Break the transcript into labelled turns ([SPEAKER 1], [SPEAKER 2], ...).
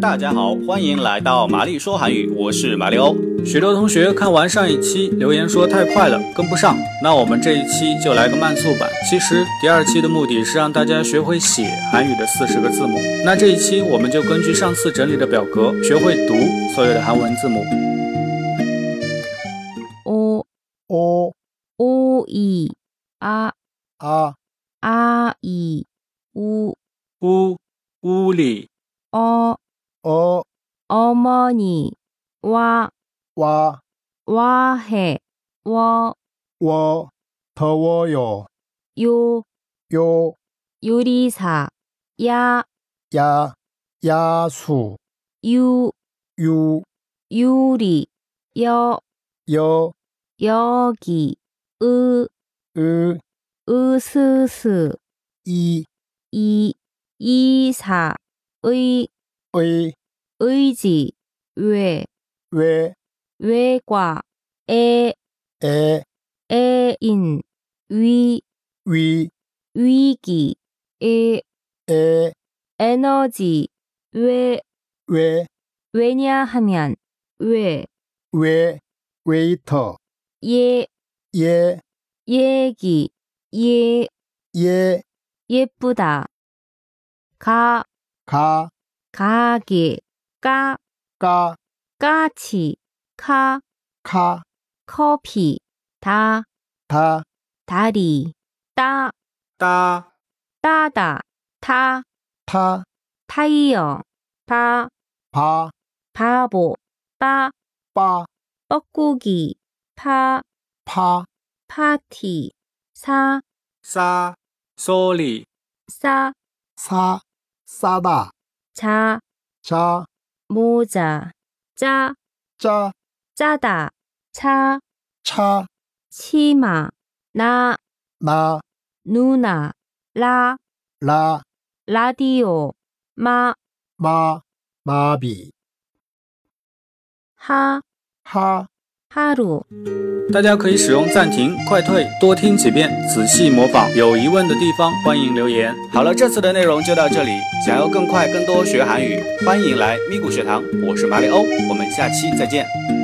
[SPEAKER 1] 大家好，欢迎来到玛丽说韩语，我是马里欧。许多同学看完上一期留言说太快了，跟不上。那我们这一期就来个慢速版。其实第二期的目的是让大家学会写韩语的四十个字母。那这一期我们就根据上次整理的表格，学会读所有的韩文字母。
[SPEAKER 2] 오,
[SPEAKER 3] 오,
[SPEAKER 2] 오이, 아,
[SPEAKER 3] 아,
[SPEAKER 2] 아이, 우,
[SPEAKER 1] 屋屋里
[SPEAKER 2] 어,
[SPEAKER 3] 어,
[SPEAKER 2] 어머니, 와,
[SPEAKER 3] 와,
[SPEAKER 2] 와해, 워,
[SPEAKER 3] 워, 더워요,
[SPEAKER 2] 요,
[SPEAKER 3] 요,
[SPEAKER 2] 요리사, 야,
[SPEAKER 3] 야, 야수,
[SPEAKER 2] 유,
[SPEAKER 3] 유,
[SPEAKER 2] 유리, 여,
[SPEAKER 3] 여,
[SPEAKER 2] 여기, 으,
[SPEAKER 3] 으,
[SPEAKER 2] 으스스,
[SPEAKER 3] 이,
[SPEAKER 2] 이, 이사, 의,
[SPEAKER 3] 의,
[SPEAKER 2] 의지, 외,
[SPEAKER 3] 외,
[SPEAKER 2] 외과, 애,
[SPEAKER 3] 에,
[SPEAKER 2] 애인, 위,
[SPEAKER 3] 위,
[SPEAKER 2] 위기, 에,
[SPEAKER 3] 에,
[SPEAKER 2] 에너지, 왜,
[SPEAKER 3] 외,
[SPEAKER 2] 왜냐하면, 왜,
[SPEAKER 3] 외, 웨이터,
[SPEAKER 2] 예,
[SPEAKER 3] 예,
[SPEAKER 2] 얘기, 예,
[SPEAKER 3] 예,
[SPEAKER 2] 예쁘다. 가,
[SPEAKER 3] 가,
[SPEAKER 2] 가게, 까,
[SPEAKER 3] 까,
[SPEAKER 2] 까치, 카,
[SPEAKER 3] 카,
[SPEAKER 2] 커피, 다,
[SPEAKER 3] 다,
[SPEAKER 2] 다리, 따,
[SPEAKER 1] 哒
[SPEAKER 2] 따다, 타,
[SPEAKER 3] 타,
[SPEAKER 2] 타이어, 바,
[SPEAKER 3] 바,
[SPEAKER 2] 바보, 빠,
[SPEAKER 3] 빠,
[SPEAKER 2] 뻐꾸기, 파,
[SPEAKER 3] 파,
[SPEAKER 2] 파티, 사,
[SPEAKER 1] 沙 sorry
[SPEAKER 2] 싸,
[SPEAKER 3] 사, 싸다,
[SPEAKER 2] 자,
[SPEAKER 3] 자,
[SPEAKER 2] 모자, 짜,
[SPEAKER 3] 짜,
[SPEAKER 2] 짜다, 차,
[SPEAKER 3] 차,
[SPEAKER 2] 치마, 나,
[SPEAKER 3] 나,
[SPEAKER 2] 누나, 라,
[SPEAKER 3] 라,
[SPEAKER 2] 라디오, 마,
[SPEAKER 3] 마, 마비,
[SPEAKER 2] 하,
[SPEAKER 3] 하,
[SPEAKER 2] 하루,
[SPEAKER 1] 大家可以使用暂停、快退，多听几遍，仔细模仿。有疑问的地方欢迎留言。好了，这次的内容就到这里。想要更快、更多学韩语，欢迎来咪咕学堂。我是马里欧，我们下期再见。